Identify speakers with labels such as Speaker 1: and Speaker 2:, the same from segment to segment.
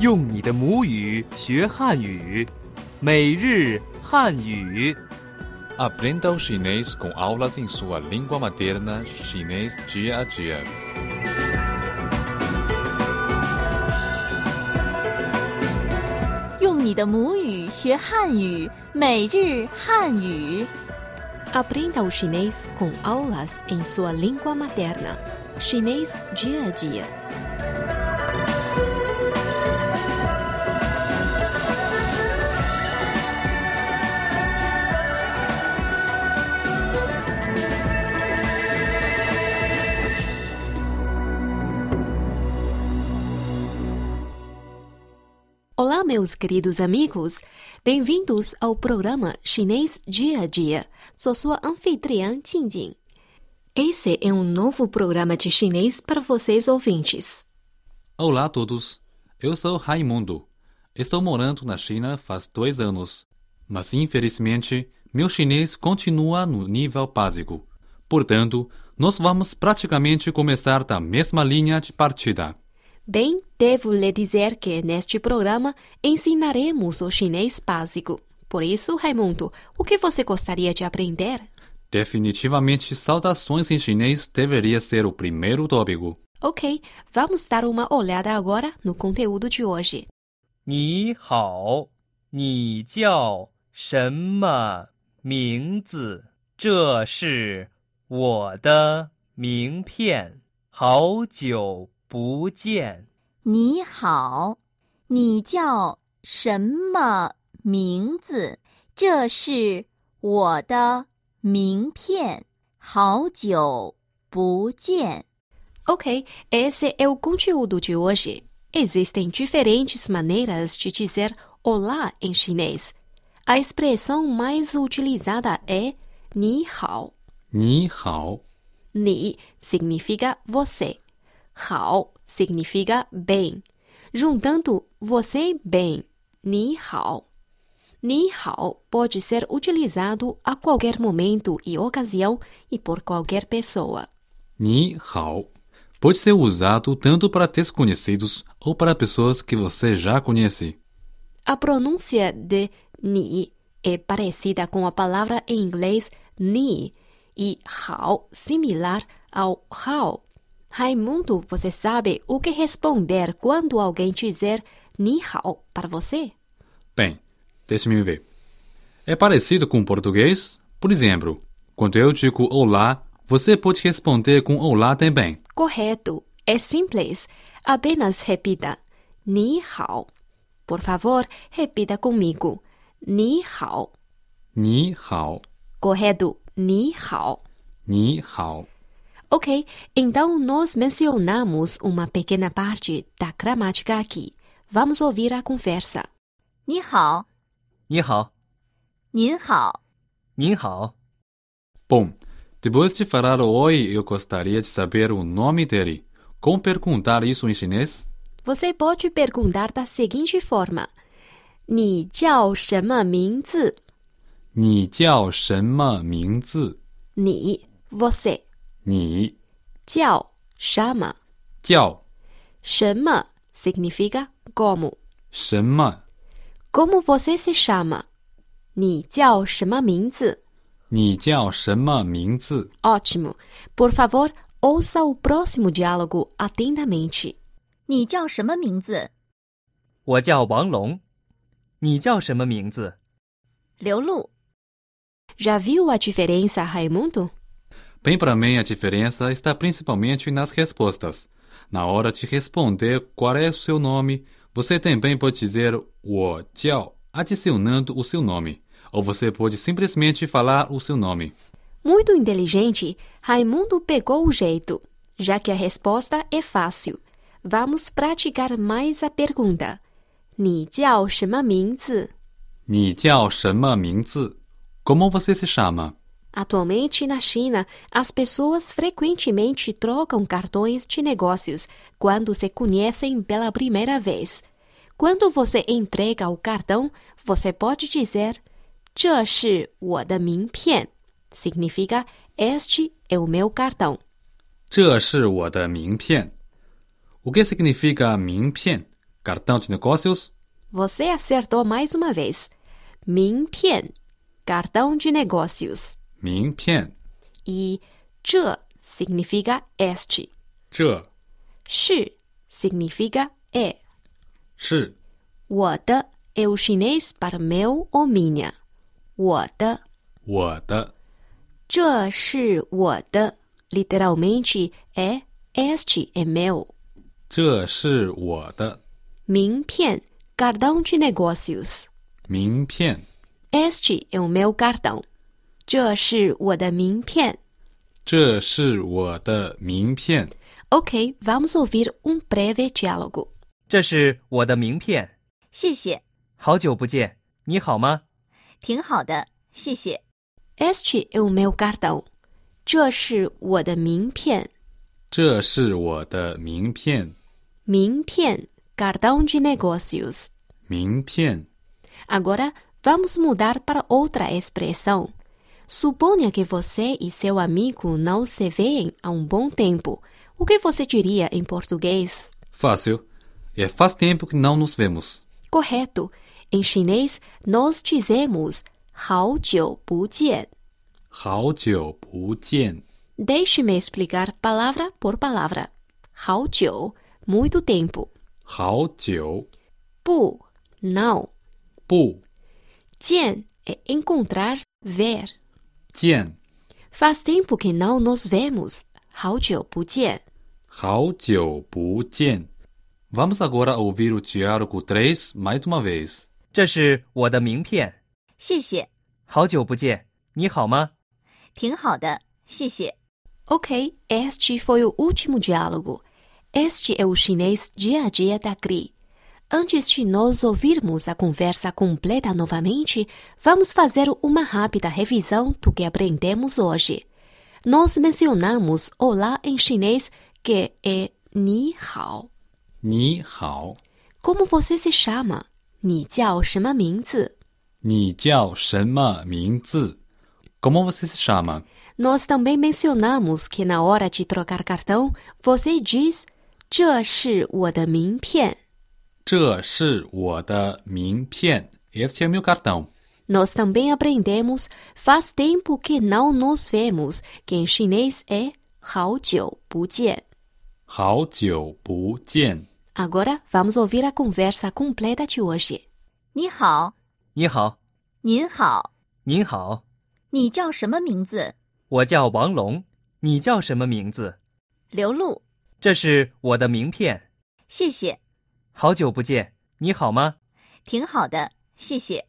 Speaker 1: 用你的母语学汉语，每日汉语。
Speaker 2: Aprenda o chinês com aulas em sua língua materna, chinês dia a dia.
Speaker 3: 用你的母语学汉语，每日汉语。
Speaker 4: Aprenda o chinês com aulas em sua língua materna, chinês dia a dia. Olá, meus queridos amigos. Bem-vindos ao programa Chinês Dia a Dia. Sou sua anfitriã, Tintin. Esse é um novo programa de chinês para vocês ouvintes.
Speaker 2: Olá a todos, eu sou Raimundo. Estou morando na China faz dois anos, mas infelizmente meu chinês continua no nível básico. Portanto, nós vamos praticamente começar da mesma linha de partida.
Speaker 4: Bem, devo lhe dizer que neste programa ensinaremos o chinês básico. Por isso, Raimundo, o que você gostaria de aprender?
Speaker 2: Definitivamente, saudações em chinês deveria ser o primeiro tópico.
Speaker 4: Ok, vamos dar uma olhada agora no conteúdo de hoje.
Speaker 1: 你好，你叫什么名字？这是我的名片。好久不见，
Speaker 3: 你好，你叫什么名字？这是我的名片。好久不见，
Speaker 4: Ok, esse é o conteúdo de hoje. Existem diferentes maneiras de dizer olá em chinês. A expressão mais utilizada é ni hao.
Speaker 2: 你好，
Speaker 4: Ni significa você. Hao significa bem. Juntando você bem, ni hao. Ni hao pode ser utilizado a qualquer momento e ocasião e por qualquer pessoa.
Speaker 2: 你好 pode ser usado tanto para desconhecidos ou para pessoas que você já conhece.
Speaker 4: A pronúncia de ni é parecida com a palavra em inglês ni e hao, similar ao hao. Raimundo, você sabe o que responder quando alguém dizer ni hao para você?
Speaker 2: Bem, deixe-me ver. É parecido com o português? Por exemplo, quando eu digo olá, você pode responder com olá também.
Speaker 4: Correto, é simples. Apenas repita ni hao. Por favor, repita comigo. Ni hao.
Speaker 2: 你好，
Speaker 4: Correto, ni hao.
Speaker 2: 你好，
Speaker 4: Ok, então nós mencionamos uma pequena parte da gramática aqui. Vamos ouvir a conversa.
Speaker 3: 你好，
Speaker 1: 你好，
Speaker 3: 您好，
Speaker 1: 您好，
Speaker 2: Bom, depois de falar oi, eu gostaria de saber o nome dele. Como perguntar isso em chinês?
Speaker 4: Você pode perguntar da seguinte forma: 你叫什么名字？
Speaker 2: 你叫什么名字？
Speaker 4: 你 você
Speaker 2: 你
Speaker 4: 叫什么？
Speaker 2: 叫
Speaker 4: 什么 significa como?
Speaker 2: 什么？
Speaker 4: Como você se chama? 你叫什么名字？
Speaker 2: 你叫什么名字？
Speaker 4: Ótimo. Por favor, ouça o próximo diálogo atentamente.
Speaker 3: 你叫什么名字？
Speaker 1: 我叫王龙，你叫什么名字？
Speaker 3: 刘露，
Speaker 4: Já viu a diferença, Raimundo?
Speaker 2: Bem, para mim, a diferença está principalmente nas respostas. Na hora de responder qual é o seu nome, você também pode dizer o jiao, adicionando o seu nome. Ou você pode simplesmente falar o seu nome.
Speaker 4: Muito inteligente, Raimundo pegou o jeito, já que a resposta é fácil. Vamos praticar mais a pergunta. 你叫什么名字？
Speaker 2: 你叫什么名字？Como você se chama?
Speaker 4: Atualmente, na China, as pessoas frequentemente trocam cartões de negócios quando se conhecem pela primeira vez. Quando você entrega o cartão, você pode dizer: 这是我的名片 Significa: Este é o meu cartão.
Speaker 2: 这是我的名片。O que significa 名片 Cartão de negócios,
Speaker 4: Você acertou mais uma vez. Minpian, cartão de negócios.
Speaker 2: Mingpian.
Speaker 4: E 这 significa este.
Speaker 2: Zhe,
Speaker 4: 是 significa é.
Speaker 2: shi.
Speaker 4: 我的 é o chinês para meu ou minha. 我的
Speaker 2: Wo de.
Speaker 4: 这是我的 literalmente é este é meu.
Speaker 2: Zhe shi wo de.
Speaker 4: 名片 cartão de negócios.
Speaker 2: Mingpian.
Speaker 4: Este é o meu cartão. 这是我的名片.
Speaker 2: Zhe shi wo de mingpian.
Speaker 4: Ok, vamos ouvir um breve diálogo.
Speaker 1: 这是我的名片。
Speaker 3: 谢谢，
Speaker 1: 好久不见，你好吗？
Speaker 3: 挺好的，谢谢。
Speaker 4: Este é o meu cartão. 这是我的名片。
Speaker 2: Zhe shi wo de mingpian.
Speaker 4: 名片 cartão de negócios.
Speaker 2: Mingpian.
Speaker 4: Agora, vamos mudar para outra expressão. Suponha que você e seu amigo não se veem há um bom tempo. O que você diria em português?
Speaker 2: Fácil. É faz tempo que não nos vemos.
Speaker 4: Correto. Em chinês, nós dizemos 好久不见.
Speaker 2: Hao jiu bu jian.
Speaker 4: Deixe-me explicar palavra por palavra. 好久, muito tempo.
Speaker 2: Hao jiu
Speaker 4: 不, não.
Speaker 2: bu
Speaker 4: 见 é encontrar, ver.
Speaker 2: jian.
Speaker 4: Faz tempo que não nos vemos. 好久不见.
Speaker 2: Hao jiu bu jian. Vamos agora ouvir o diálogo 3 mais uma vez.
Speaker 1: 这是我的名片。
Speaker 3: 谢谢，
Speaker 1: 好久不见，你好吗？
Speaker 3: 挺好的，谢谢。
Speaker 4: Ok, este foi o último diálogo. Este é o chinês dia a dia da CRI. Antes de nós ouvirmos a conversa completa novamente, vamos fazer uma rápida revisão do que aprendemos hoje. Nós mencionamos olá em chinês, que é ni hao.
Speaker 2: 你好，
Speaker 4: Como você se chama? Ni jiao shima mingzi?
Speaker 2: 你叫什么名字？Como você se chama?
Speaker 4: Nós também mencionamos que na hora de trocar cartão, você diz 这是我的名片.
Speaker 2: 这是我的名片。Este é meu cartão.
Speaker 4: Nós também aprendemos faz tempo que não nos vemos, que em chinês é 好久不见.
Speaker 2: 好久不见，
Speaker 4: Agora vamos ouvir a conversa completa de hoje.
Speaker 3: 你好，
Speaker 1: 你好，
Speaker 3: 您好，
Speaker 1: 您好，
Speaker 3: 你叫什么名字？
Speaker 1: 我叫王龙，你叫什么名字？
Speaker 3: 刘露，
Speaker 1: 这是我的名片。
Speaker 3: 谢谢，
Speaker 1: 好久不见，你好吗？
Speaker 3: 挺好的，谢谢。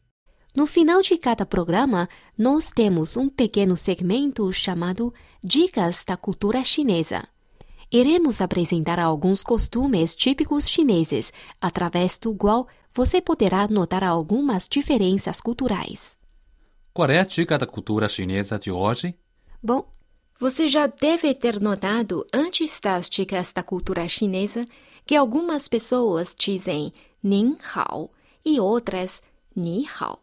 Speaker 4: No final de cada programa, nós temos um pequeno segmento chamado Dicas da Cultura Chinesa. Iremos apresentar alguns costumes típicos chineses, através do qual você poderá notar algumas diferenças culturais.
Speaker 2: qual é a dica da cultura chinesa de hoje?
Speaker 4: Bom, você já deve ter notado antes das dicas da cultura chinesa que algumas pessoas dizem Ning Hao e outras Ni Hao.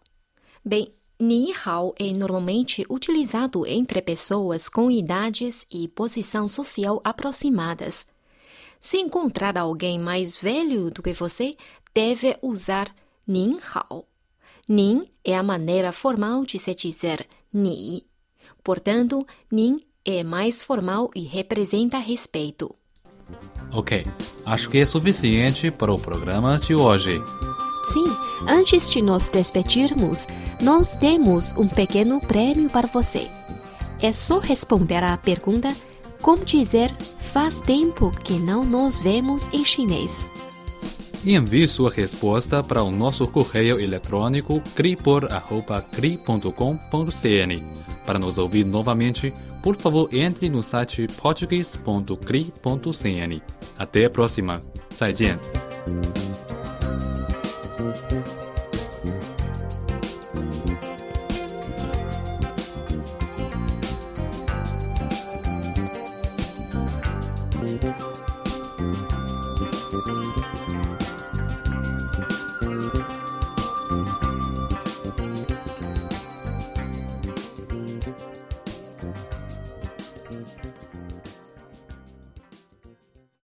Speaker 4: Bem, Ni Hao é normalmente utilizado entre pessoas com idades e posição social aproximadas. Se encontrar alguém mais velho do que você, deve usar Ning Hao. Nin é a maneira formal de se dizer ni. Portanto, nin é mais formal e representa respeito.
Speaker 2: Ok, acho que é suficiente para o programa de hoje.
Speaker 4: Sim, antes de nos despedirmos, nós temos um pequeno prêmio para você. É só responder à pergunta como dizer faz tempo que não nos vemos em chinês.
Speaker 2: E envie sua resposta para o nosso correio eletrônico cripor.cri.com.cn. Para nos ouvir novamente, por favor entre no site português.cri.cn. Até a próxima. 再见。